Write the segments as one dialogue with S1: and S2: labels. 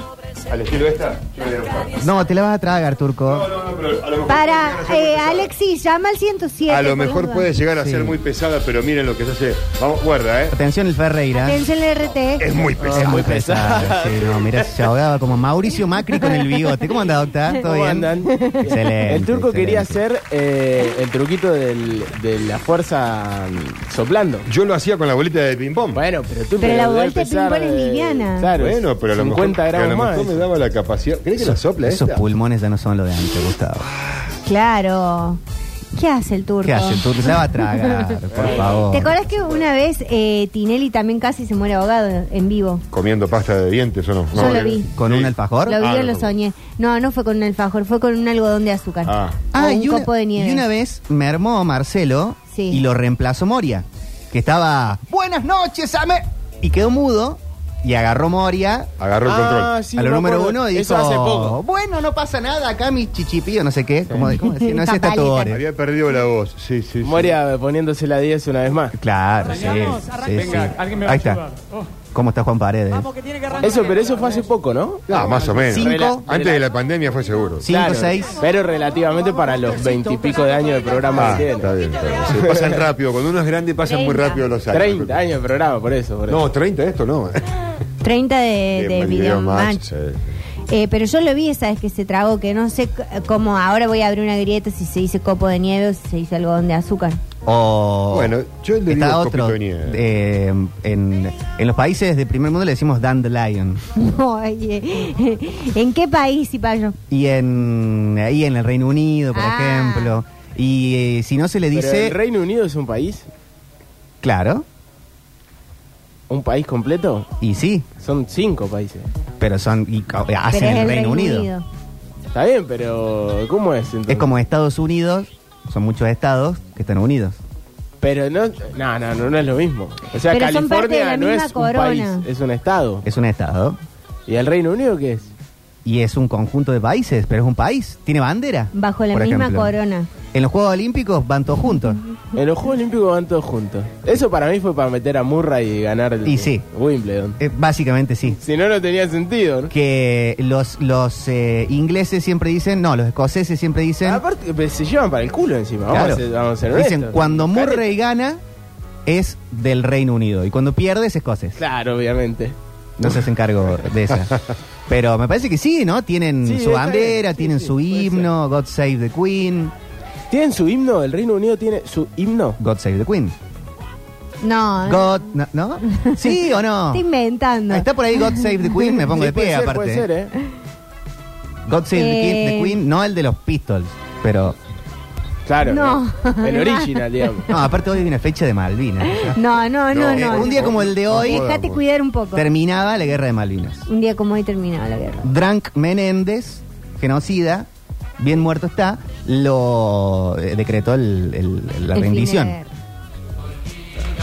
S1: Al estilo esta, yo le doy un par.
S2: No, te la vas a tragar, turco.
S1: No, no, no, pero a lo mejor
S3: Para,
S1: puede llegar a ser muy
S3: eh,
S1: pesada.
S3: Alexis, llama al 107.
S1: A lo
S3: por las
S1: mejor
S3: dudas.
S1: puede llegar a
S2: Sí.
S1: ser muy pesada, pero miren lo que se hace. Vamos, guarda, ¿eh? Ah.
S2: Atención el Ferreira.
S3: Atención el RT.
S1: Es muy pesada.
S2: Es muy pesado. sí, no, mira, se ahogaba como Mauricio Macri con el bigote. ¿Cómo anda, doctor? ¿Todo
S4: ¿Cómo
S2: bien?
S4: andan?
S2: Excelente,
S4: El turco quería
S2: excelente.
S4: hacer eh, el truquito del- de la fuerza mm, soplando.
S1: Yo lo hacía con la bolita de ping-pong.
S4: Bueno, pero tú
S3: Pero la
S4: debe
S3: vuelta de
S4: pesar,
S3: ping-pong es
S4: eh,
S3: liviana.
S4: Claro,
S1: Bueno, pero a lo
S4: 50
S1: mejor,
S4: gramos
S1: a lo mejor me
S4: más.
S1: daba la capacidad. ¿Crees que la sopla
S2: Esos
S1: esta?
S2: pulmones ya no son lo de antes, Gustavo.
S3: Claro. ¿Qué hace el turco?
S2: ¿Qué hace? Tú se va a tragar, por favor.
S3: ¿Te acordás que una vez eh, Tinelli también casi se muere ahogado en vivo?
S1: ¿Comiendo pasta de dientes o no?
S3: Yo
S1: No,
S3: lo
S1: eh,
S3: vi.
S2: ¿Con un
S1: sí.
S2: alfajor?
S3: Lo vi,
S1: Ah,
S3: yo
S1: no,
S3: lo
S1: no.
S3: soñé. No, no fue con un alfajor, fue con un algodón de azúcar.
S1: Ah.
S3: O
S2: Ah,
S3: un
S2: y una,
S3: copo de nieve.
S2: y una vez mermó Marcelo
S3: Sí.
S2: y lo reemplazó Moria, que estaba, buenas noches, Ame. Y quedó mudo y agarró Moria
S1: Agarró el
S4: Ah,
S1: control.
S4: sí,
S2: a lo
S4: me
S2: número
S4: acuerdo.
S2: uno y
S4: Eso
S2: dijo,
S4: hace poco.
S2: bueno, no pasa nada, acá mis chichipillos, no sé qué. ¿Cómo, cómo decía? No es esta tu
S3: Papaleta.
S2: hora.
S1: Había perdido la voz. Sí, sí. sí.
S4: Moria poniéndose la 10 una vez más.
S2: Claro, sí,
S5: Arrancamos,
S2: sí,
S5: arrancamos.
S2: sí.
S5: Venga, alguien me va
S2: Ahí
S5: a
S2: está.
S5: ayudar. Oh.
S2: ¿Cómo está Juan Paredes?
S5: Vamos, que tiene que arrancar.
S4: Eso, pero eso fue
S3: eh.
S4: hace poco, ¿no?
S1: Ah, más o menos.
S2: Cinco.
S4: Rela-
S1: Antes de la pandemia fue seguro.
S2: Cinco, seis.
S4: Pero relativamente para los 20 y pico de años de programa
S1: Ah,
S4: que
S1: está
S4: tiene.
S1: bien, está bien. Se pasan rápido. Cuando uno es grande pasan muy
S3: Treinta.
S1: rápido los años.
S4: 30 años de programa, por eso. por eso.
S1: No, 30 esto no.
S3: 30 Eh, de, de
S1: Video
S3: Videomatch.
S1: Match, eh.
S3: Eh, pero yo lo vi esa vez que se tragó, que no sé c- cómo ahora voy a abrir una grieta si se dice copo de nieve o si se dice algodón de azúcar.
S2: O
S1: Bueno, yo le
S2: está
S1: digo
S2: otro.
S1: copito de nieve.
S2: eh, en, en los países de primer mundo le decimos dandelion.
S3: Oye, eh, ¿en qué país, Cipayo?
S2: Y en ahí en el Reino Unido, por
S3: Ah.
S2: ejemplo. Y eh, si no se le
S4: Pero
S2: dice.
S4: ¿El Reino Unido es un país?
S2: Claro,
S4: ¿Un país completo?
S2: y sí,
S4: Son cinco países.
S2: pero son. y co- hacen
S3: Pero es
S2: Ah, el, Reino, Unido.
S4: Está bien, pero ¿cómo es entonces?
S2: Es como Estados Unidos, son muchos estados que están unidos.
S4: Pero no, no, no, no, no es lo mismo. O sea,
S3: Pero son parte de
S4: California
S3: la
S4: no
S3: misma
S4: es
S3: corona.
S4: un país, es un estado.
S2: Es un estado
S4: ¿Y el Reino Unido qué es?
S2: y es un conjunto de países, pero es un país, tiene bandera.
S3: Bajo la
S2: por
S3: misma
S2: ejemplo.
S3: corona.
S2: En los Juegos Olímpicos van todos juntos.
S4: En los Juegos Olímpicos van todos juntos. Eso para mí fue para meter a Murray y ganar el
S2: Y sí.
S4: Wimbledon.
S2: Eh, básicamente sí.
S4: Si no, no tenía sentido. ¿no?
S2: Que los, los eh, ingleses siempre dicen, no, los escoceses siempre dicen,
S4: Aparte, pues, se llevan para el culo encima. Ah, Vamos,
S2: Claro.
S4: a, ser, vamos a ser
S2: dicen
S4: honestos.
S2: cuando Murray gana es del Reino Unido y cuando pierde es escocés.
S4: Claro, obviamente.
S2: No se hacen cargo de esa. Pero me parece que sí, ¿no? Tienen
S4: Sí,
S2: su
S4: está
S2: bandera,
S4: bien. Sí,
S2: tienen
S4: sí,
S2: su
S4: puede ser.
S2: himno, God Save the Queen,
S4: ¿Tienen su himno? ¿El Reino Unido tiene su himno?
S2: God Save the Queen.
S3: No,
S2: God, no, ¿no? ¿Sí o no?
S3: estoy inventando.
S2: Está por ahí God Save the Queen, me pongo
S4: Sí,
S2: de pie
S4: puede ser,
S2: aparte.
S4: Puede ser, ¿eh?
S2: God Save the, Queen, the
S3: Eh.
S2: Queen, no el de los Pistols, pero...
S4: Claro.
S3: No.
S4: ¿eh? El original, digamos.
S2: No, aparte hoy hay una fecha de Malvinas.
S3: No, no, no,
S1: No,
S2: Eh,
S3: no.
S2: un día como el de hoy
S3: Déjate
S1: Podamos.
S3: cuidar un poco.
S2: terminaba la guerra de Malvinas.
S3: Un día como hoy terminaba la guerra.
S2: Drank Menéndez, genocida, bien muerto está, lo eh, decretó el- el- la
S3: El fin de
S2: rendición
S3: la guerra.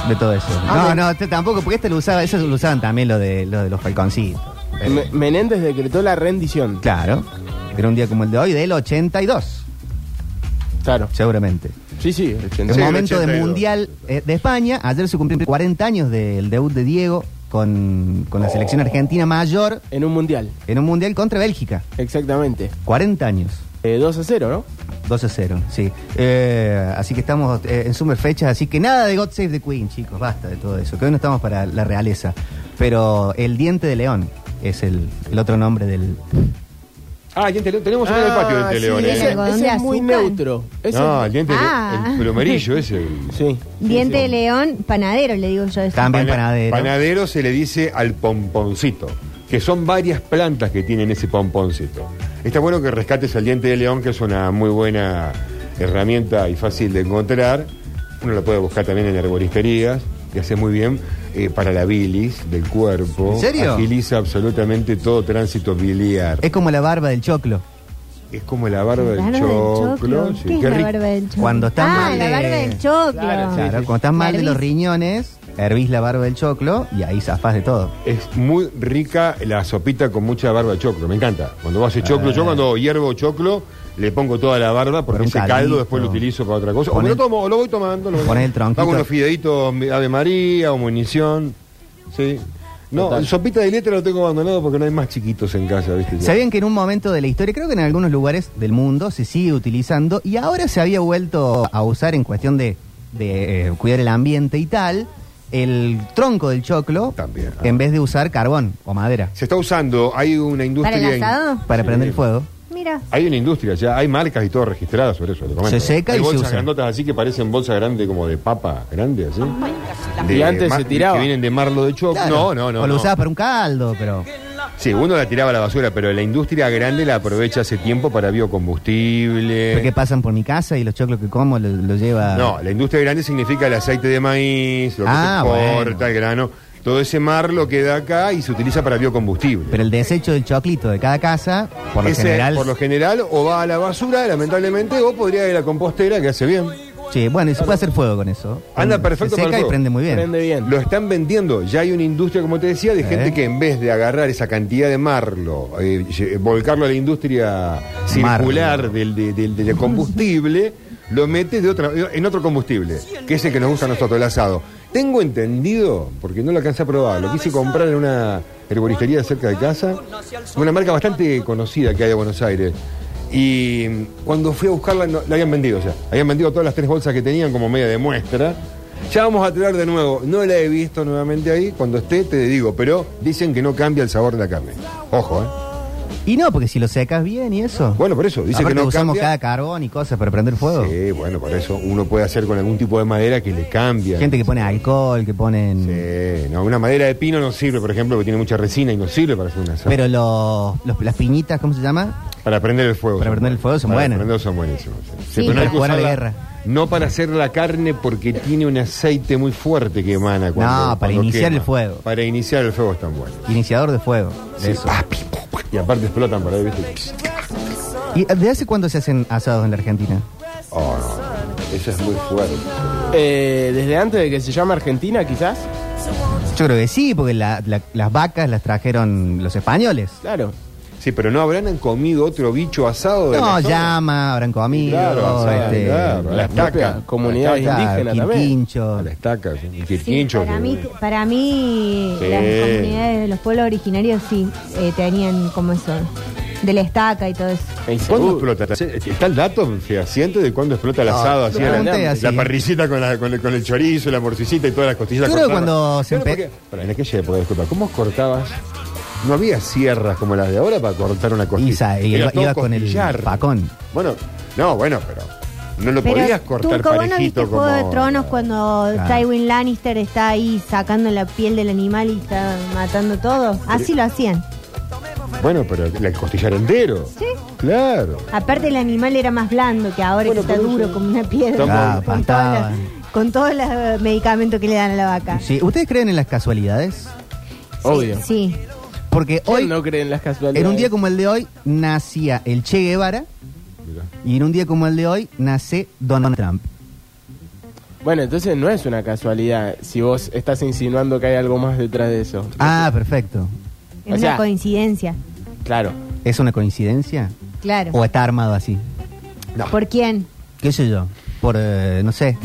S2: de todo eso. No, no, t- tampoco, porque este lo usaba, eso lo usaban también lo de, lo de los falconcitos. Eh,
S4: Me- Menéndez decretó la rendición.
S2: Claro, era un día como el de hoy, del 82,
S4: Claro.
S2: seguramente.
S4: Sí, sí.
S2: El
S1: Sí, el
S2: momento de
S1: 82.
S2: Mundial eh, de España, ayer se cumplieron 40 años del debut de Diego con, con la selección argentina mayor
S4: En un mundial.
S2: en un Mundial contra Bélgica.
S4: Exactamente.
S2: 40 años.
S4: Eh, 2 a 0, ¿no?
S2: 12 a 0, sí. Eh, así que estamos eh, en summer fechas, así que nada de God Save the Queen, chicos, basta de todo eso, que hoy no estamos para la realeza. Pero el diente de león es el, el otro nombre del...
S1: Ah, diente de león. Tenemos uno en el
S4: Ah,
S1: patio de diente de
S4: sí,
S1: león.
S3: ese
S1: ¿eh?
S4: Ese, ese
S3: de
S4: es muy
S3: azúcar.
S4: neutro. Ese-
S1: No, el diente de
S3: Ah.
S1: león. El pelo amarillo ese.
S4: Sí.
S3: Diente de león, panadero, le digo yo eso.
S2: También
S1: Pana-
S2: panadero.
S1: Panadero se le dice al pomponcito, que son varias plantas que tienen ese pomponcito. Está bueno que rescates al diente de león, que es una muy buena herramienta y fácil de encontrar. Uno lo puede buscar también en herboristerías, que hace muy bien eh, para la bilis del cuerpo.
S2: ¿En serio? Eh.
S1: Agiliza absolutamente todo tránsito biliar.
S2: Es como la barba del choclo.
S1: Es como la barba del
S3: Barba del
S1: choclo. sí,
S3: ¿Qué, es la
S1: rico.
S3: barba del choclo?
S2: Cuando estás
S3: ah,
S2: mal
S3: la
S2: de-
S3: barba del choclo.
S4: Claro, Ah. sí,
S2: Claro, cuando estás mal de los riñones, hervís la barba del choclo y ahí zafás de todo.
S1: Es muy rica la sopita con mucha barba de choclo, me encanta. Cuando hace choclo, yo cuando hiervo choclo, le pongo toda la barba
S2: Con Ah.
S1: porque
S2: un
S1: ese
S2: caldito.
S1: caldo después lo utilizo para otra cosa. O
S2: Poné-
S1: me lo tomo, o lo voy tomando. Lo voy
S2: Poné el
S1: tomando.
S2: tronquito.
S1: Hago unos fideitos Ave María o munición. Sí. No,
S4: Total.
S1: sopita de letra lo tengo abandonado porque no hay más chiquitos en casa, ¿viste?
S2: ¿Sabían que en un momento de la historia, creo que en algunos lugares del mundo se sigue utilizando y ahora se había vuelto a usar en cuestión de, de, eh, cuidar el ambiente y tal, el tronco del choclo
S1: También, ah.
S2: en vez de usar carbón o madera
S1: Se está usando, hay una
S3: ¿Para
S1: industria.
S3: el
S1: en-
S3: asado?
S2: para
S1: Sí.
S2: prender el fuego.
S3: Mira.
S1: Hay una industria ya, hay marcas y todo registradas sobre eso. le comento.
S2: Se seca
S1: hay
S2: y se
S1: bolsas
S2: usa.
S1: grandotas así que parecen bolsas grandes como de papa grande, así.
S4: Y antes
S1: ma-
S4: se tiraba.
S1: Que vienen de marlo de choc.
S2: Claro.
S1: No, no, no.
S2: O lo
S1: no.
S2: usabas para un caldo, pero
S1: Sí, uno la tiraba a la basura, pero la industria grande la aprovecha hace tiempo para biocombustible.
S2: porque pasan por mi casa y los choclos que como lo, lo lleva...
S1: No, la industria grande significa el aceite de maíz, lo que
S2: Ah,
S1: se
S2: bueno.
S1: corta, el grano. Todo ese marlo queda acá y se utiliza para biocombustible.
S2: Pero el desecho del choclito de cada casa, por lo
S1: Ese,
S2: general...
S1: por lo general, o va a la basura, lamentablemente, o podría ir a la compostera, que hace bien.
S2: Sí, bueno, y se puede hacer fuego con eso.
S1: Anda
S2: Se
S1: perfecto para
S2: seca
S1: el
S2: y
S1: fuego.
S2: prende muy bien.
S4: Prende bien.
S1: Lo están vendiendo. Ya hay una industria, como te decía, de gente que en vez de agarrar esa cantidad de marlo, eh, lle- volcarlo a la industria circular
S2: Marlo.
S1: del, del- del- del combustible, lo mete de otra, en otro combustible, que es el que nos gusta a nosotros, el asado. Tengo entendido, porque no lo alcancé a probar, lo quise comprar en una herboristería cerca de casa, una marca bastante conocida que hay de Buenos Aires. Y mm, cuando fui a buscarla, no- la habían vendido ya. Habían vendido todas las tres bolsas que tenían como media de muestra. Ya vamos a tirar de nuevo. No la he visto nuevamente ahí. Cuando esté, te digo. Pero dicen que no cambia el sabor de la carne. Ojo, ¿eh?
S2: Y no, porque si lo secas bien y eso.
S1: Bueno, por eso, dice
S2: Aparte
S1: que no
S2: usamos
S1: cambia.
S2: cada carbón y cosas para prender fuego.
S1: Sí, bueno, por eso uno puede hacer con algún tipo de madera que le cambia.
S2: Gente que pone alcohol, que ponen...
S1: Sí, no, una madera de pino no sirve, por ejemplo, porque tiene mucha resina y no sirve para hacer una asado.
S2: Pero los, los- las piñitas, ¿cómo se llama?
S1: Para prender el fuego.
S2: Para
S1: son
S2: prender el fuego son
S1: Para
S2: buenas.
S1: prenderlo son buenísimos. sí.
S3: Sí,
S1: pero no hay
S2: para
S1: que
S2: jugar a la
S1: usarla-
S2: guerra.
S1: No para hacer la carne porque tiene un aceite muy fuerte que emana cuando
S2: No, para
S1: cuando
S2: iniciar
S1: quema.
S2: el fuego.
S1: Para iniciar el fuego están buenos.
S2: Iniciador de fuego. de
S1: Sí,
S2: eso.
S1: pa, pi, pu, pu, Y aparte explotan para ahí, ¿viste?
S2: ¿Y de hace cuándo se hacen asados en la Argentina?
S1: Oh, no. Eso es muy fuerte.
S4: Eh, desde antes de que se llame Argentina, quizás.
S2: Yo creo que sí, porque la- la- las vacas las trajeron los españoles.
S4: Claro.
S1: Sí, pero no habrán comido otro bicho asado. de
S2: No,
S1: la zona?
S2: llama, habrán comido.
S1: Claro, asado,
S2: este,
S1: claro. A la estaca.
S4: Comunidades
S1: A la estaca.
S4: indígenas también.
S2: quinquincho.
S1: A la estaca. sí. Y
S3: Sí,
S1: quincho,
S3: para,
S1: que-
S3: mí, para mí,
S1: Sí.
S3: las comunidades de los pueblos originarios sí eh, tenían como eso, de la estaca y todo eso.
S4: Ahí
S1: ¿Cuándo
S4: seguro.
S1: explota? ¿Está el dato fehaciente de cuándo explota el
S2: No,
S1: asado?
S2: lo
S1: así, la,
S2: pregunté
S1: la
S2: así.
S1: parrillita con, la- con el, con el chorizo, la morcillita y todas las costillas.
S2: Yo creo que
S1: cortadas.
S2: cuando se
S1: Claro,
S2: empe-
S1: porque- pará, en aquella época, disculpa, ¿cómo cortabas? No había sierras como las de ahora para cortar una
S2: Y,
S1: costilla.
S2: sa- y
S1: Era
S2: iba,
S1: todo
S2: iba con el
S1: costillar.
S2: pacón.
S1: Bueno, no, bueno, pero no lo podías cortar
S3: Turco, ¿vos no
S1: parejito
S3: viste
S1: como...
S3: Juego de Tronos cuando
S2: Claro.
S3: Tywin Lannister está ahí sacando la piel del animal y está matando todo? Así lo hacían.
S1: Bueno, pero el costillar entero.
S3: Sí.
S1: Claro.
S3: Aparte el animal era más blando que ahora
S1: Bueno,
S3: que está
S1: por eso-
S3: duro como una piedra.
S2: Ah,
S3: con, todas
S2: pastaba.
S3: las- con todos los eh, medicamentos que le dan a la vaca.
S2: Sí, ¿Ustedes creen en las casualidades?
S4: Obvio.
S3: Sí.
S2: Porque
S4: ¿Quién
S2: hoy,
S4: no creen las casualidades?
S2: en un día como el de hoy, nacía el Che Guevara
S1: Mirá.
S2: y en un día como el de hoy nace Donald Trump.
S4: Bueno, entonces no es una casualidad si vos estás insinuando que hay algo más detrás de eso.
S2: Ah, perfecto.
S3: Es
S4: O
S3: una
S4: sea-
S3: coincidencia.
S4: Claro.
S2: ¿Es una coincidencia?
S3: Claro.
S2: ¿O está armado así?
S3: ¿Por quién?
S2: ¿Qué sé yo? Por, eh, no sé,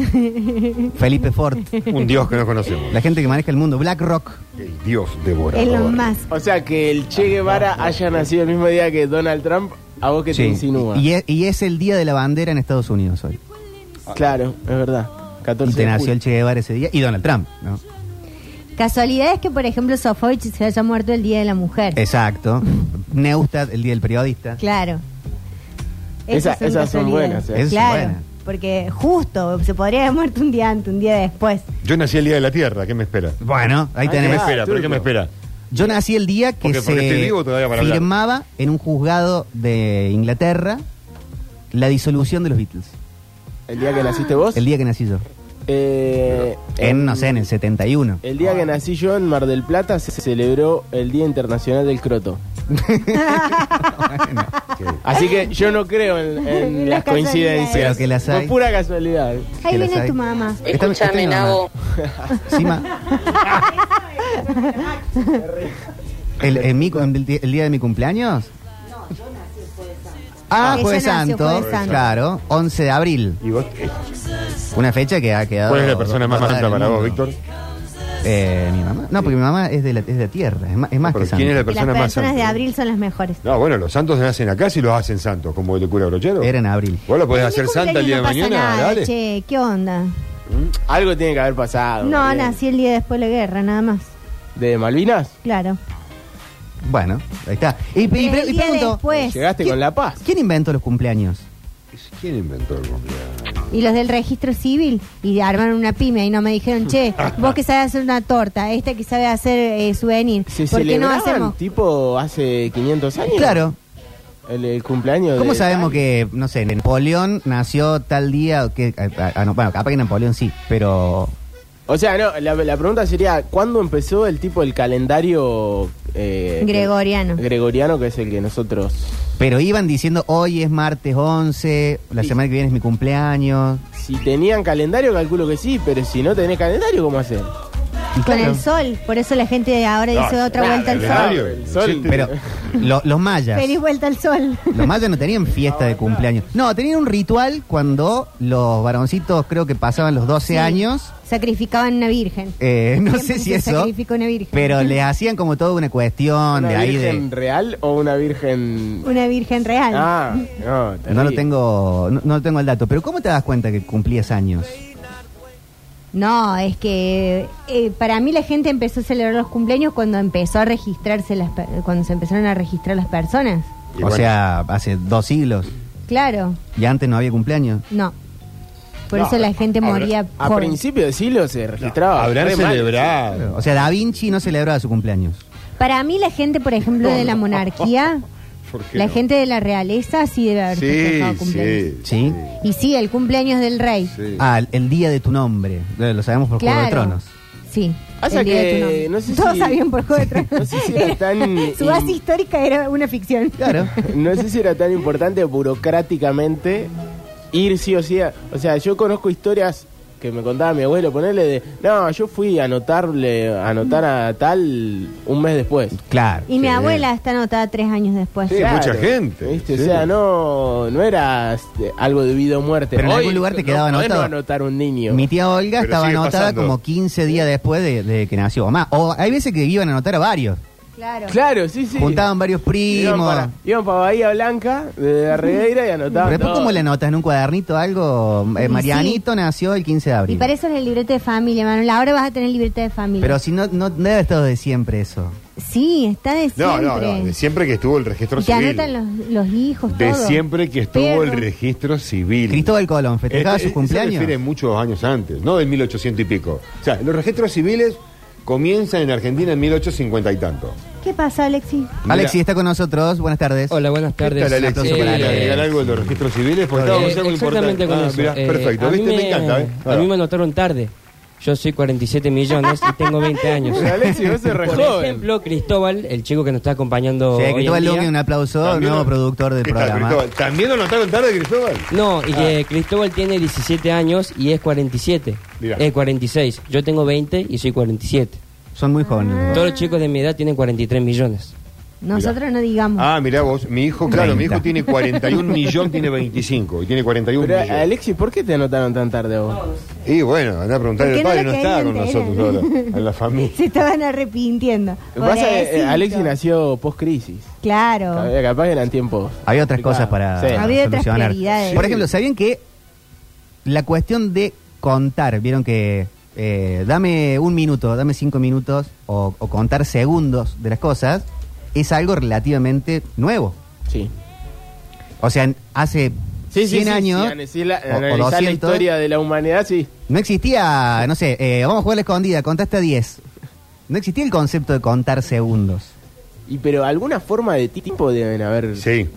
S2: Felipe Ford,
S1: Un dios que no conocemos.
S2: la gente que maneja el mundo, BlackRock.
S1: El dios devorador.
S3: Es lo más.
S4: O sea, que el Che Guevara haya nacido el mismo día que Donald Trump, a vos que te insinúa.
S2: Y, es, y es el día de la bandera en Estados Unidos hoy.
S4: Claro, es verdad. 14
S2: Y te
S4: de
S2: nació
S4: julio.
S2: el Che Guevara ese día y Donald Trump, ¿no?
S3: Casualidad es que, por ejemplo, Sofovich se haya muerto el Día de la Mujer.
S2: Exacto. Neustadt, el día del periodista.
S3: Claro.
S4: Esa- esas son
S3: casualidades.
S4: buenas, ¿eh?
S2: Esas son
S3: Claro.
S2: buenas.
S3: Porque justo, se podría haber muerto un día antes, un día después.
S1: Yo nací el día de la tierra, ¿qué me espera?
S2: Bueno, ahí
S4: Ah,
S1: ¿Qué me
S2: tenemos.
S4: claro.
S1: espera? ¿Pero qué me
S4: turco.
S1: espera?
S2: Yo nací el día que
S1: Porque- porque estoy
S2: se
S1: vivo todavía para hablar.
S2: firmaba en un juzgado de Inglaterra la disolución de los Beatles.
S4: El día que naciste vos.
S2: El día que nací yo.
S4: eh,
S2: En, no sé, en el 71.
S4: El día que nací yo en Mar del Plata se celebró el Día Internacional del Croto. Así que yo no creo en, en
S3: Las
S4: las coincidencias.
S2: Pero que las
S4: Fue
S2: hay.
S4: pura casualidad.
S3: Ahí
S2: Que las
S3: viene
S2: hay.
S3: tu mamá.
S2: Está- está
S5: Escúchame,
S2: mi mamá.
S5: Nabo.
S2: Sí, ma. el, en mi- en el, di- el día de mi cumpleaños? Ah,
S3: Ella
S2: Jueves
S3: Ah, nació
S2: Santo,
S3: Jueves Santo.
S2: claro, 11 de abril,
S1: ¿Y vos? eh,
S2: una fecha que ha quedado...
S1: ¿Cuál es la persona más
S2: guardada
S1: santa
S2: en el
S1: para vos,
S2: mundo.
S1: Víctor?
S2: Eh, mi mamá. No, porque mi mamá es de la, es de la tierra, es más, es más
S1: Pero
S2: que santa.
S1: ¿Quién es la
S3: Las
S1: persona más santa?
S3: personas de abril son las mejores.
S1: No, bueno, los santos nacen acá si los hacen santos, como el de cura brochero.
S2: Era en abril.
S1: Vos lo podés
S3: Mi
S1: hacer santa el día de
S3: cumpleaños
S1: mañana,
S3: no pasa nada,
S1: dale.
S3: Che, ¿qué onda?
S4: ¿Mm? Algo tiene que haber pasado.
S3: No,
S4: Mariel.
S3: nací el día después de la guerra, nada más.
S4: ¿De Malvinas?
S3: Claro.
S2: Bueno, ahí está. Y, y- y
S3: Pero el día
S2: pregunto,
S3: después.
S4: Llegaste
S2: ¿Qué-
S4: con La Paz.
S2: ¿quién inventó los cumpleaños?
S1: ¿Quién inventó el cumpleaños?
S3: Y los del registro civil y armaron una pyme y no me dijeron, che, vos que sabes hacer una torta, esta que sabe hacer eh, souvenir,
S4: ¿Se
S3: ¿por qué no
S4: celebraban
S3: hacemos?
S4: tipo hace 500 años?
S2: Claro,
S4: El, el cumpleaños
S2: ¿Cómo
S4: de-
S2: sabemos que, no sé, Napoleón nació tal día? o Que, ah, ah, no, bueno, capaz que Napoleón sí, pero
S4: O sea, no, la, la pregunta sería, ¿cuándo empezó el tipo el calendario... eh,
S3: Gregoriano.
S4: que- Gregoriano, que es el que nosotros...
S2: pero iban diciendo hoy es martes 11, la
S4: Sí.
S2: semana que viene es mi cumpleaños.
S4: Si tenían calendario, calculo que sí, pero si no tenés calendario, ¿cómo hacer?
S2: Y
S3: Con
S2: claro,
S3: el sol, por eso la gente ahora dice
S1: No,
S3: otra
S1: nada,
S3: vuelta al
S1: el
S3: sol.
S1: horario.
S4: Ah, El sol.
S2: Pero lo- los mayas,
S3: Feliz vuelta al sol.
S2: los mayas no tenían fiesta de cumpleaños. No, tenían un ritual cuando los varoncitos creo que pasaban los 12
S3: Sí.
S2: años.
S3: Sacrificaban una virgen.
S2: eh, no
S3: Siempre
S2: sé si
S3: se
S2: eso,
S3: sacrifica una virgen.
S2: pero les hacían como toda una cuestión
S4: ¿Una
S2: de ahí de...
S4: virgen real o una virgen...?
S3: Una virgen real.
S4: Ah, no.
S2: No lo
S4: terrible.
S2: tengo, no, no lo tengo el dato, pero ¿cómo te das cuenta que cumplías años?
S3: No, es que eh, para mí la gente empezó a celebrar los cumpleaños cuando empezó a registrarse las, per- cuando se empezaron a registrar las personas.
S1: Y
S2: o
S1: bueno.
S2: sea, hace dos siglos.
S3: Claro,
S2: Y antes no había cumpleaños.
S3: no. Por
S1: No,
S3: eso la gente
S1: habrá-
S3: moría
S4: A
S3: joven.
S4: principios de siglo se registraba.
S1: Habrán
S4: re mal.
S1: celebrado.
S2: O sea, Da Vinci no celebraba su cumpleaños.
S3: Para mí la gente, por ejemplo, de la monarquía,
S1: ¿Por qué
S3: la
S1: no?
S3: gente de la realeza sí debe haber festejado
S1: Sí,
S3: cumpleaños.
S1: sí.
S2: ¿Sí?
S3: Y sí, el cumpleaños del rey.
S1: sí.
S2: Ah, el- el día de tu nombre. Eh, Lo sabemos por Juego de
S3: Claro.
S2: Tronos.
S3: Sí.
S4: Pasa
S3: el día de
S4: que,
S3: tu nombre.
S4: no sé
S3: Todos
S4: si-
S3: sabían por Juego de Tronos.
S4: No sé si era tan-
S3: Su base histórica era una ficción.
S2: Claro.
S4: No sé si era tan importante burocráticamente ir sí o sí. a- o sea, yo conozco historias que me contaba mi abuelo, ponerle de, no, yo fui a anotarle, a anotar a tal un mes después.
S2: Claro.
S3: Y mi abuela está anotada tres años después.
S1: Sí, mucha gente,
S4: ¿viste?
S1: sí.
S4: O sea, no, no era este, algo de vida o muerte.
S2: Pero en
S4: Hoy
S2: algún lugar te
S4: no
S2: quedaba
S4: podés no
S2: anotado.
S4: anotar un niño.
S2: Mi tía Olga
S1: Pero
S2: estaba
S1: sigue
S2: anotada
S1: pasando.
S2: como 15 días después de, de que nació mamá. O hay veces que iban a anotar a varios.
S3: Claro.
S4: Claro, sí, sí.
S2: Juntaban varios
S4: Iban
S2: primos.
S4: para, iban para Bahía Blanca, de la Regueira, y
S2: Pero
S4: anotaban
S2: después,
S4: todo.
S2: ¿cómo le anotas en un cuadernito algo? Eh,
S3: Y
S2: Marianito nació el 15 de
S3: Y
S2: abril.
S3: para eso es el libreto de familia, Manuel. Ahora vas a tener libreta de familia.
S2: Pero si no, no debe estar de siempre eso.
S3: sí, está de siempre.
S1: No, no, no. De siempre que estuvo el registro
S3: Y Te
S1: civil.
S3: anotan los, los hijos,
S1: de
S3: todo.
S1: siempre que estuvo el
S3: Perros.
S1: registro civil.
S2: Cristóbal Colón festejaba
S1: Este-
S2: su cumpleaños.
S1: Se refiere muchos años antes, no del 1800 y pico. O sea, los registros civiles comienzan en Argentina en 1850 y tanto.
S3: ¿Qué pasa, Alexi?
S2: Alexi
S1: Mira.
S2: está con nosotros. Buenas tardes.
S5: Hola, buenas
S1: ¿Qué
S5: tardes.
S1: tal, Alexis?
S2: aplauso para
S1: ¿Querés
S2: Alexis.
S1: agregar algo de los registros civiles? Porque
S5: Eh,
S1: estábamos haciendo algo
S5: exactamente
S1: importante.
S5: con
S1: Ah,
S5: eso.
S1: mirá,
S5: Eh,
S1: perfecto,
S5: a mí
S1: ¿viste? Me, encanta, ¿eh?
S5: A mí me anotaron tarde. Yo soy 47 millones y tengo 20 años.
S4: Pero Alexis, vos sos re
S5: Por
S4: joven.
S5: ejemplo, Cristóbal, el chico que nos está acompañando.
S2: Sí,
S5: hoy en
S2: Cristóbal
S5: día.
S2: Luque, un aplauso,
S1: También
S2: nuevo
S1: lo-
S2: productor del
S1: ¿Qué tal,
S2: programa.
S1: Cristóbal? ¿También lo notaron tarde, Cristóbal?
S5: No, y que
S1: Ah.
S5: Cristóbal tiene 17 años y es 47.
S1: Mirá.
S5: Es 46. Yo tengo 20 y soy 47.
S2: Son muy
S3: Mm.
S2: jóvenes.
S5: Todos los chicos de mi edad tienen 43 millones.
S3: Nosotros no digamos.
S1: Ah, mirá vos, mi hijo, claro, mi hijo
S2: Treinta.
S1: tiene 41 millones, tiene 25 y tiene 41
S4: Pero,
S1: millones.
S4: Alexis, ¿por qué te anotaron tan tarde a vos?
S1: Y bueno, andá a preguntarle
S3: ¿Por
S1: al
S3: qué no la
S1: padre, no, estaba
S3: querían
S1: con nosotros
S3: tener?
S1: ahora, en la familia.
S3: Se estaban arrepintiendo.
S4: Lo que pasa es que, eh,
S3: Pobrecito.
S4: Alexis nació post-crisis.
S3: Claro.
S2: Oh.
S4: Capaz- Capaz eran tiempos.
S2: Había otras cosas
S4: Complicado.
S2: para
S4: Sí.
S3: Había otras
S2: solucionar.
S3: prioridades.
S2: Por ejemplo, ¿sabían que la cuestión de contar, vieron que eh, dame un minuto, dame cinco minutos o, o contar segundos de las cosas, es algo relativamente nuevo?
S4: Sí.
S2: O sea, en- hace 100 años
S4: Si analizás la,
S2: o- o
S4: analizás la
S2: 200,
S4: historia de la humanidad, sí.
S2: no existía, no sé, eh, vamos a jugar a la escondida, contaste a 10. No existía el concepto de contar segundos.
S4: Y pero alguna forma de tipo deben haber.
S1: Sí.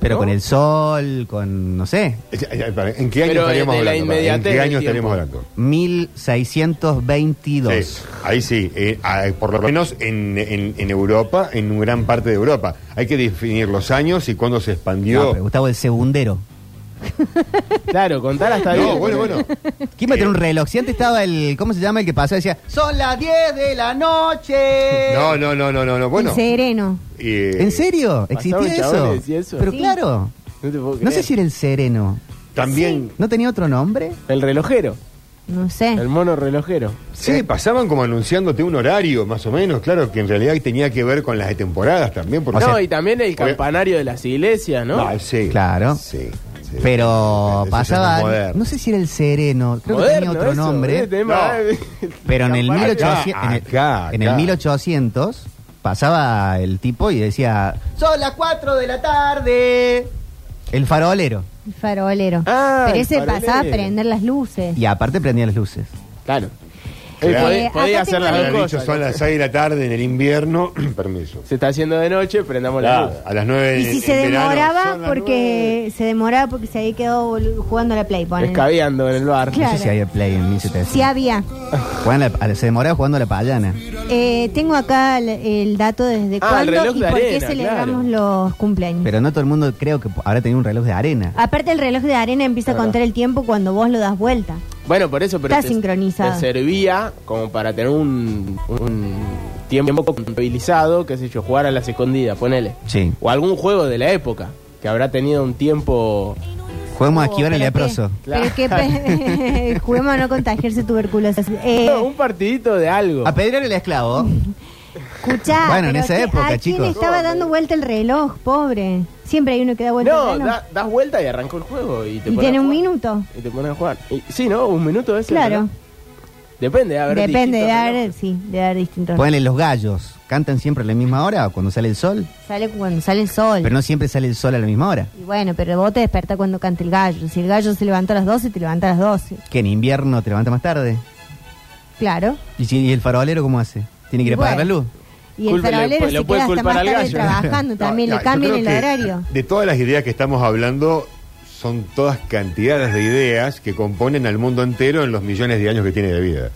S2: Pero
S4: ¿No?
S2: con el sol, con, no sé,
S1: eh, ¿En qué año
S4: Pero
S1: estaríamos
S4: de la
S1: hablando? pará? ¿En
S4: inmediatez
S1: qué
S4: del
S1: año
S4: tiempo.
S1: estaríamos hablando?
S2: 1622.
S1: Sí, ahí sí, eh, ah, por lo menos en, en- en Europa, en gran parte de Europa. Hay que definir los años y cuándo se
S2: No,
S1: expandió.
S2: pero Gustavo, el segundero.
S4: Claro, contar hasta
S1: No,
S4: diez.
S1: bueno, bueno.
S2: ¿Quién va a tener
S1: Eh,
S2: un reloj? Si antes estaba el. ¿Cómo se llama el que pasó? Decía, son las 10 de la noche.
S1: No, eh, no, no, no, no, no, bueno.
S3: El sereno.
S1: eh,
S2: ¿En serio?
S4: Pasaban
S2: ¿Existía eso?
S4: chabones y eso.
S2: Pero
S3: Sí.
S2: claro.
S4: No, te puedo
S2: No
S4: creer.
S2: sé si era el sereno.
S1: También,
S2: ¿No tenía otro nombre?
S4: El relojero.
S3: No
S2: Eh.
S3: sé.
S4: El mono relojero.
S1: sí, pasaban como anunciándote un horario, más o menos, claro, que en realidad tenía que ver con las temporadas también. Porque,
S4: no, y también el campanario de las iglesias, ¿no?
S1: Ah, sí.
S2: Claro.
S1: Sí. sí.
S2: Pero
S1: Eso ya es más
S2: pasaba.
S1: moderno.
S2: No sé si era el sereno. Creo que tenía
S4: Moderno
S2: otro
S4: eso,
S2: nombre.
S4: ¿eh? Tema-
S2: Pero en el,
S4: Campanario.
S2: 1800, en, el,
S1: acá,
S2: en el
S1: acá.
S2: 1800 pasaba el tipo y decía, son las 4 de la tarde. El farolero.
S3: El farolero.
S4: Ah,
S3: Pero
S4: el
S3: ese
S4: farolero.
S3: pasaba a prender las luces.
S2: Y aparte prendía las luces.
S4: Claro.
S1: Claro.
S4: Eh, pod-
S3: Eh, acá
S4: podía hacer
S3: tengo
S4: las
S1: Habrán
S4: dos
S1: dicho,
S4: cosas.
S1: son las 6 de la tarde en el invierno. Permiso.
S4: Se está haciendo de noche, prendamos la
S1: Claro,
S4: luz.
S1: a las 9
S3: Y si se demoraba porque se demoraba porque se había quedado bolu- jugando a la Play. ponele.
S4: Escabeando en el bar.
S3: Claro.
S2: No sé si había play en
S3: Sí
S2: 1700.
S3: había.
S2: Jugaban la- a- se demoraba jugando a la payana.
S3: Eh, tengo acá el, el dato desde
S4: Ah, el
S3: cuándo
S4: reloj
S3: y
S4: de
S3: por qué
S4: arena,
S3: celebramos los cumpleaños.
S2: Pero no todo el mundo creo que ahora tenía un reloj de arena.
S3: Aparte el reloj de arena empieza a contar el tiempo cuando vos lo das vuelta.
S4: Bueno, por eso, pero
S3: Está sincronizado.
S4: te servía como para tener un, un tiempo contabilizado, qué sé yo, jugar a las escondidas, ponele.
S2: Sí.
S4: O algún juego de la época, que habrá tenido un tiempo... Ah,
S2: Juguemos a
S3: Oh,
S2: esquivar el
S3: pero qué-
S2: leproso.
S3: Pero qué pe- juguemos a no contagiarse tuberculosis. Eh,
S4: No, un partidito de algo.
S2: A pedrear el esclavo.
S3: escuchá,
S2: Bueno, en
S3: pero
S2: esa
S3: ¿qué-
S2: época,
S3: ¿a quién
S2: chicos?
S3: estaba dando vuelta el reloj, pobre? Siempre hay uno que da vuelta el
S4: No,
S3: reloj.
S4: da- das vuelta y arrancó el juego. Y, te
S3: y
S4: pones
S3: tiene
S4: a
S3: un
S4: jugar.
S3: minuto.
S4: Y te pones a jugar. Y- sí, ¿no? Un minuto ese.
S3: Claro.
S4: ¿no? Depende de haber
S3: Depende de
S4: distintos
S3: dar,
S4: relojes.
S3: sí, de dar distintos.
S2: Ponele los gallos. ¿Cantan siempre a la misma hora cuando sale el sol?
S3: Sale cuando sale el sol.
S2: Pero no siempre sale el sol a la misma hora.
S3: Y bueno, pero vos te despertás cuando canta el gallo. Si el gallo se levanta a las 12, te levanta a las 12.
S2: Que en invierno te levanta más tarde.
S3: Claro.
S2: ¿Y, si- y el farolero cómo hace? ¿Tiene que ir a
S3: Bueno.
S2: apagar la luz?
S3: Y el
S4: Culpe- le-
S3: farolero
S4: le
S3: se
S4: puede
S3: queda hasta
S4: culpar
S3: más
S4: al
S3: tarde
S4: gallo.
S3: trabajando también.
S1: No,
S3: le
S1: no, yo
S3: cambian el
S1: creo que
S3: horario.
S1: De todas las ideas que estamos hablando, son todas cantidades de ideas que componen al mundo entero en los millones de años que tiene de vida.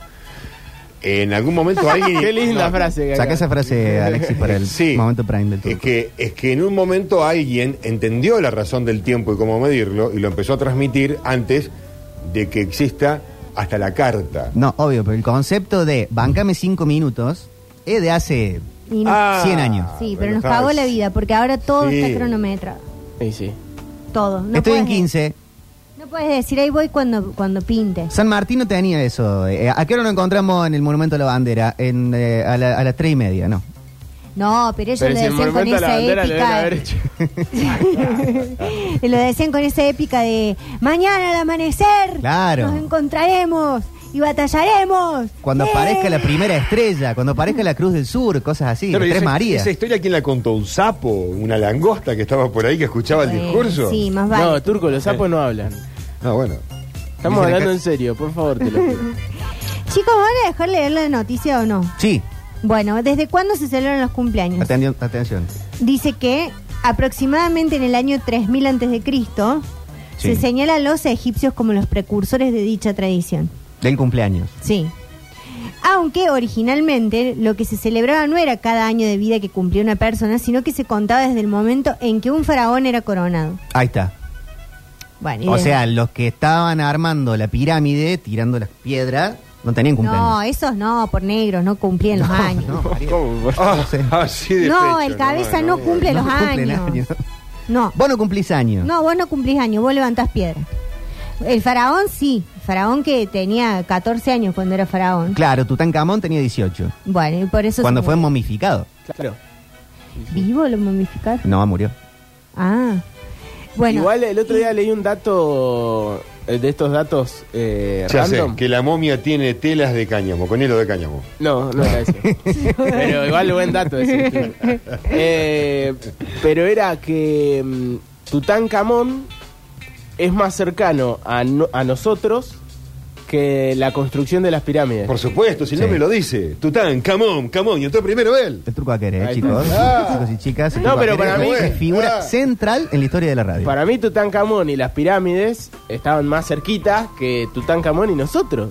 S1: En algún momento alguien.
S4: Qué linda
S1: No,
S4: frase.
S2: Saca
S4: Gaga.
S2: esa frase, Alexis, para el
S1: Sí.
S2: momento prime del
S1: Es
S2: turco.
S1: que, es que en un momento alguien entendió la razón del tiempo y cómo medirlo y lo empezó a transmitir antes de que exista hasta la carta.
S2: No, obvio, pero el concepto de bancame cinco minutos es de hace...
S3: Y no-
S1: Ah,
S2: 100 años.
S3: sí, pero
S1: bueno,
S3: nos
S1: está-
S3: cagó la vida porque ahora todo
S1: Sí.
S3: está cronometrado.
S4: Y sí.
S3: Todo. No
S2: Estoy en
S3: podés-
S2: 15.
S3: No puedes decir, ahí voy cuando, cuando pinte.
S2: San Martín no tenía eso. Eh, ¿A qué hora nos encontramos en el Monumento a la Bandera? En, eh, a, la- a las tres y media, ¿no?
S3: No, pero ellos
S4: Pero
S3: lo
S4: si el
S3: decían con
S4: monumento a la
S3: esa
S4: bandera le deben
S3: épica.
S4: haber hecho.
S3: lo decían con esa épica de mañana al amanecer
S2: Claro.
S3: nos encontraremos y batallaremos.
S2: Cuando
S3: ¡Eh!
S2: aparezca la primera estrella, cuando aparezca la Cruz del Sur, cosas así.
S1: Claro, y
S2: Tres
S1: esa,
S2: María.
S1: esa historia, ¿quién la contó? ¿Un sapo? ¿Una langosta que estaba por ahí que escuchaba el
S3: Eh,
S1: discurso?
S3: Sí, más vale.
S4: No, turco, los sapos no hablan.
S1: Ah, bueno.
S4: Estamos
S2: Dicen
S4: hablando
S2: acá-
S4: en serio, por favor, te lo juro.
S3: Chicos, ¿van a dejar leer la noticia o no?
S2: Sí,
S3: Bueno, ¿desde cuándo se celebran los cumpleaños?
S2: atención. atención.
S3: Dice que aproximadamente en el año 3000 antes de Cristo
S2: Sí.
S3: se señala a los egipcios como los precursores de dicha tradición.
S2: Del cumpleaños.
S3: Sí. Aunque originalmente lo que se celebraba no era cada año de vida que cumplía una persona, sino que se contaba desde el momento en que un faraón era coronado.
S2: Ahí está.
S3: Bueno, y
S2: O
S3: de-
S2: sea, los que estaban armando la pirámide, tirando las piedras, no tenían
S3: no,
S2: cumpleaños.
S3: esos no, por negros, no cumplían los años.
S2: no,
S3: No,
S2: María.
S1: ¿Cómo? Ah,
S2: Sí.
S1: así de pecho,
S3: el cabeza
S1: bueno,
S3: no, cumple
S2: No
S3: los
S2: cumplen
S3: años.
S2: años.
S3: No,
S2: Vos no cumplís años.
S3: no, vos no cumplís años, vos levantás piedra. El faraón sí, el faraón que tenía 14 años cuando era faraón.
S2: Claro, Tutankamón tenía 18.
S3: Bueno, y por eso... se
S2: Cuando fue
S3: murió.
S2: momificado.
S4: Claro.
S3: ¿Vivo lo momificaron?
S2: No, murió.
S3: Ah. Bueno.
S4: Igual el otro día leí un dato eh, de estos datos eh,
S1: Ya sé,
S4: random.
S1: que la momia tiene telas de cáñamo, con hilo de cáñamo.
S4: No, no era ese. pero igual buen dato ese. claro. Eh, pero era que mm, Tutankamón es más cercano a, no- a nosotros que la construcción de las pirámides.
S1: Por supuesto, si el
S2: Sí.
S1: nombre lo dice. Tután, camón, camón, y entró primero él.
S2: El turco a querer,
S4: Ahí
S2: chicos.
S1: está.
S2: Chicos y chicas. el
S4: No,
S2: Turco
S4: pero
S2: Aquere
S4: para
S2: es
S4: mí-
S2: una figura
S1: Ah.
S2: central en la historia de la radio.
S4: Para mí Tutankamón y las pirámides estaban más cerquitas que Tutankamón y nosotros.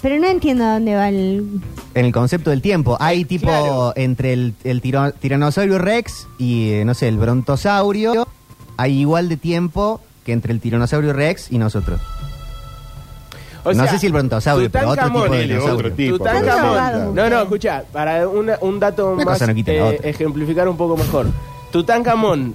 S3: Pero no entiendo a dónde va el...
S2: En el concepto del tiempo. Hay tipo
S4: Claro.
S2: entre el, el tiro- tiranosaurio rex y, eh, no sé, el brontosaurio. Hay igual de tiempo que entre el tiranosaurio rex y nosotros.
S4: O
S2: No
S4: sea,
S2: sé si el brontosaurio, pero otro tipo
S4: Tutankamón-
S2: de
S1: Ponele,
S2: dinosaurio.
S1: otro tipo. pero
S4: Tutankamón.
S1: sí.
S4: No, no, escucha, para una- un dato
S2: Una
S4: más eh,
S2: cosa no quita la otra.
S4: ejemplificar un poco mejor. Tutankamón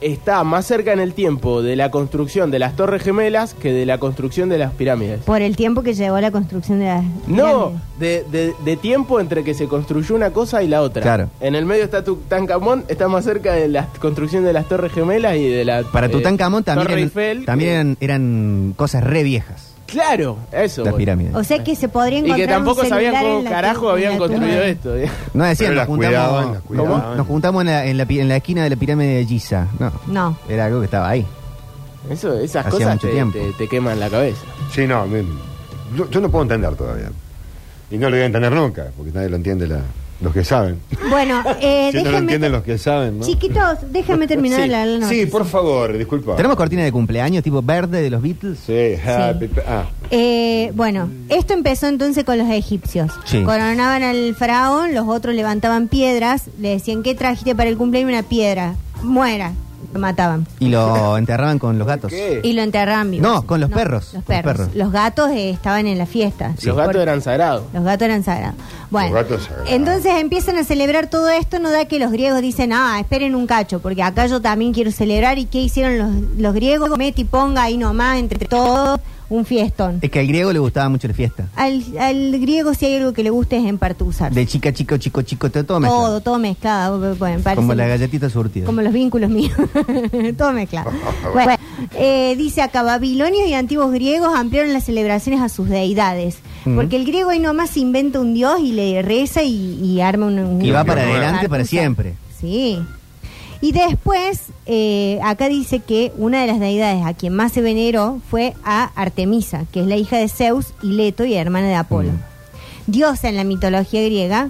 S4: está más cerca en el tiempo de la construcción de las Torres Gemelas que de la construcción de las pirámides.
S3: Por el tiempo que llevó la construcción de las...
S4: No,
S3: pirámides.
S4: de, de- de tiempo entre que se construyó una cosa y la otra.
S2: Claro.
S4: En el medio está Tutankamón, está más cerca de la construcción de las Torres Gemelas y de la.
S2: Para
S4: eh,
S2: Tutankamón también,
S4: Torre
S2: eran,
S4: Eiffel.
S2: también eran, eran cosas re viejas
S4: Claro, eso.
S2: las
S4: voy.
S2: pirámides.
S3: O sea que se podría
S4: Y
S3: encontrar
S4: que tampoco
S3: un celular
S4: sabían
S3: en
S4: cómo
S3: la
S4: carajo
S3: tumba-
S4: habían
S3: en la tumba.
S4: construido esto. digamos.
S2: No decían,
S1: Pero
S2: nos
S1: las cuidaban,
S2: juntamos,
S1: las cuidaban.
S2: nos juntamos en la, en la pi- en la esquina de la pirámide de Giza. No,
S3: No.
S2: era algo que estaba ahí.
S4: Eso, esas
S2: Hacía
S4: cosas
S2: mucho
S4: te,
S2: tiempo.
S4: te- te queman la cabeza.
S1: Sí, no, me- yo, yo no puedo entender todavía. Y no lo voy a entender nunca, porque nadie lo entiende la- los que saben.
S3: Bueno, eh,
S1: si no lo
S3: déjenme...
S1: entienden los que saben, ¿no?
S3: Chiquitos, déjame terminar
S1: sí,
S3: la, la
S1: sí,
S3: noticia.
S1: por favor, disculpa.
S2: ¿Tenemos cortina de cumpleaños tipo verde de los Beatles?
S1: Sí, happy- ah,
S3: Eh, bueno, esto empezó entonces con los egipcios.
S2: Sí.
S3: Coronaban al faraón, los otros levantaban piedras, le decían, ¿qué trajiste para el cumpleaños? Una piedra. Muera. Lo mataban.
S2: Y lo enterraban con los gatos.
S4: ¿Qué?
S3: Y lo enterraban vivo.
S2: No, con los perros,
S3: Los
S2: con los
S3: perros.
S2: perros.
S3: Los gatos eh, estaban en la fiesta.
S4: Los gatos eran sagrados.
S3: Los gatos eran sagrados. Bueno,
S1: Los gatos sagrados.
S3: entonces empiezan a celebrar todo esto, no da que los griegos dicen, ah, esperen un cacho, porque acá yo también quiero celebrar. ¿Y qué hicieron los, los griegos? Mete y ponga ahí nomás, entre todos, un fiestón.
S2: Es que al griego le gustaba mucho la fiesta.
S3: Al, al griego si hay algo que le guste es empartuzar.
S2: De chica, chico, chico, chico, todo, todo mezclado.
S3: todo, todo mezclado. Bueno, parece-
S2: Como la galletita surtida.
S3: como los vínculos míos. Todo mezclado. Bueno, eh, dice acá, babilonios y antiguos griegos ampliaron las celebraciones a sus deidades.
S2: Ujú.
S3: Porque el griego ahí nomás inventa un dios y le reza y, y arma un, un-
S2: Y va para
S3: una
S2: adelante para
S3: cartusa.
S2: siempre.
S3: Sí. Y después, eh, acá dice que una de las deidades a quien más se veneró fue a Artemisa, que es la hija de Zeus y Leto y hermana de Apolo.
S2: Mm.
S3: Diosa en la mitología griega,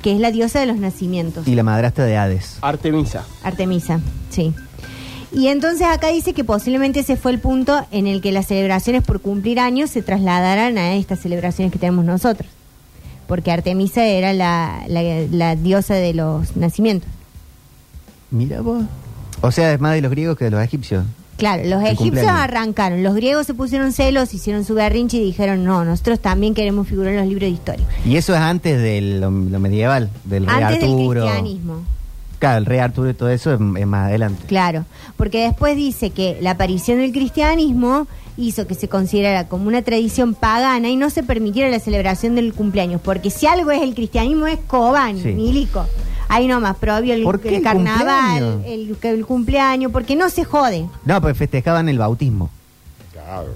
S3: que es la diosa de los nacimientos.
S2: Y la madrastra de Hades.
S4: Artemisa.
S3: Artemisa, sí. Y entonces acá dice que posiblemente ese fue el punto en el que las celebraciones por cumplir años se trasladaran a estas celebraciones que tenemos nosotros. Porque Artemisa era la, la- la diosa de los nacimientos.
S2: Mira vos. O sea, es más de los griegos que de los egipcios.
S3: Claro, los
S2: El
S3: egipcios
S2: cumpleaños.
S3: arrancaron, los griegos se pusieron celos, hicieron su berrinche y dijeron, no, nosotros también queremos figurar en los libros de historia.
S2: Y eso es antes de lo, lo medieval, del rey
S3: Antes del
S2: Arturo.
S3: cristianismo.
S2: Claro, el rey Arturo y todo eso es, es más adelante.
S3: Claro, porque después dice que la aparición del cristianismo hizo que se considerara como una tradición pagana y no se permitiera la celebración del cumpleaños, porque si algo es el cristianismo es Cobán,
S2: Sí.
S3: Milico. Ahí nomás, prohibió el,
S2: ¿Por qué
S3: el
S2: el
S3: carnaval,
S2: cumpleaños?
S3: el, el cumpleaños, porque no se jode.
S2: No, pues festejaban el bautismo.
S1: Claro.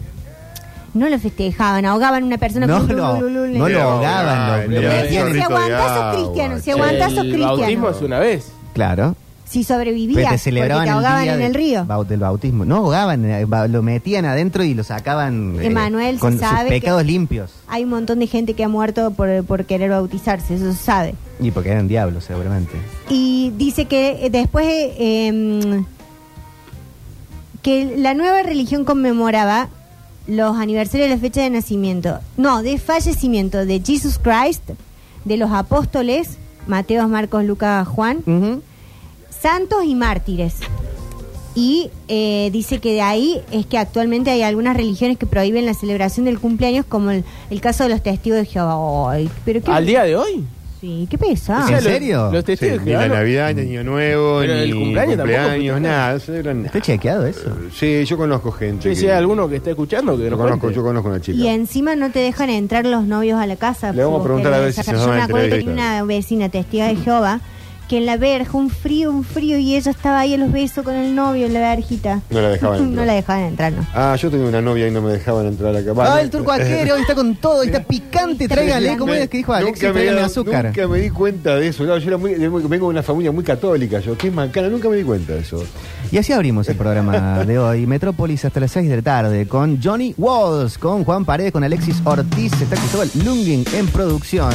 S3: No lo festejaban, ahogaban a una persona
S2: No
S3: con un
S2: lo,
S3: lul, lul, lul.
S2: no lo
S1: Era
S2: ahogaban.
S1: ahogar,
S2: lo- lo
S1: era
S2: metían
S3: Si
S1: eso.
S2: en-
S1: chorrito de
S3: aguantás, sos
S1: agua,
S3: cristiano. Si
S1: che.
S3: aguantás, sos
S4: El bautismo es
S3: cristiano.
S4: una vez.
S2: Claro.
S3: Si
S2: Pero
S3: sobrevivías,
S2: te
S3: porque te
S2: celebraban el
S3: ahogaban
S2: día
S3: en
S2: de-
S3: el río.
S2: bau- del bautismo. No ahogaban, eh, ba- lo metían adentro y lo sacaban eh,
S3: Emanuel, se
S2: con sus
S3: sabe que-
S2: pecados limpios.
S3: Hay un montón de gente que ha muerto por, por querer bautizarse, eso se sabe.
S2: Y porque eran diablos, seguramente.
S3: Y dice que eh, después eh, em, que la nueva religión conmemoraba los aniversarios de la fecha de nacimiento, no, de fallecimiento de Jesus Christ, de los apóstoles, Mateos, Marcos, Lucas, Juan, santos y mártires. Y eh, dice que de ahí es que actualmente hay algunas religiones que prohíben la celebración del cumpleaños, como el, el caso de los testigos de Jehová. Ay, pero qué,
S4: Al día de hoy.
S3: Sí, qué
S2: ¿En
S3: pesado.
S4: O sea, los-
S2: serio?
S4: Los,
S1: Sí,
S4: testigos
S1: ni la
S4: jehová-
S1: Navidad, ni Año Nuevo,
S4: Pero
S1: ni
S4: el cumpleaños tampoco,
S1: cumpleaños,
S4: porque-
S1: nada. no celebran nada.
S2: ¿Está chequeado eso?
S1: Sí, yo conozco gente.
S4: Sí, si
S1: que-
S4: hay alguno que está escuchando que
S1: Yo
S4: no
S1: conozco,
S4: cuente.
S1: yo conozco una chica.
S3: Y encima no te dejan entrar los novios a la casa.
S1: Le vamos a
S3: porque
S1: preguntar a ver si
S3: les-
S1: se nos
S3: Yo
S1: da
S3: me
S1: una
S3: acuerdo que tenía
S1: entrevista.
S3: una vecina testiga de Jehová que en la verja, un frío, un frío, y ella estaba ahí a los besos con el novio en la verjita.
S1: No la dejaban entrar.
S3: no la dejaban entrar, no.
S1: Ah, yo tenía una novia y no me dejaban entrar acá.
S2: Ah,
S1: Va,
S2: el turco aquero, hoy está con todo, hoy está picante, tráigale, como es que dijo Alexis,
S1: me,
S2: tráigame
S1: daba-
S2: azúcar.
S1: nunca me di cuenta de eso. Claro, yo era muy- de- muy- vengo de una familia muy católica, yo, que es mancana, nunca me di cuenta de eso.
S2: Y así abrimos el programa de hoy, Metrópolis hasta las 6 de la tarde, con Johnny Walls, con Juan Paredes, con Alexis Ortiz, está Cristóbal Lungin en producción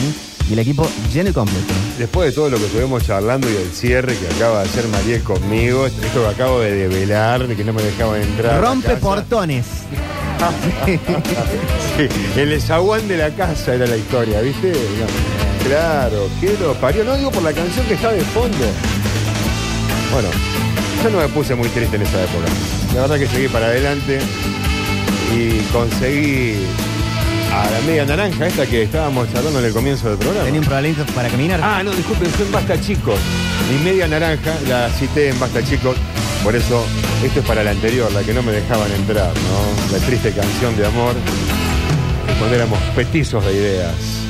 S2: y el equipo lleno y completo.
S1: Después de todo lo que estuvimos charlando y el cierre que acaba de hacer Mariel conmigo, esto que acabo de develar, de que no me dejaban entrar. a la
S2: Rompe
S1: casa.
S2: portones.
S1: Sí, el esaguán de la casa era la historia, ¿viste? Digamos, Claro, que lo parió. No digo por la canción que está de fondo. Bueno, yo no me puse muy triste en esa época. La verdad que seguí para adelante y conseguí a la media naranja esta que estábamos charlando en el comienzo del programa.
S2: Tenía un problemita para caminar.
S1: Ah, no, disculpen, fue en Basta Chicos. Mi media naranja la cité en Basta Chicos. Por eso, esto es para la anterior, la que no me dejaban entrar, ¿no? La triste canción de amor. Cuando éramos petizos de ideas.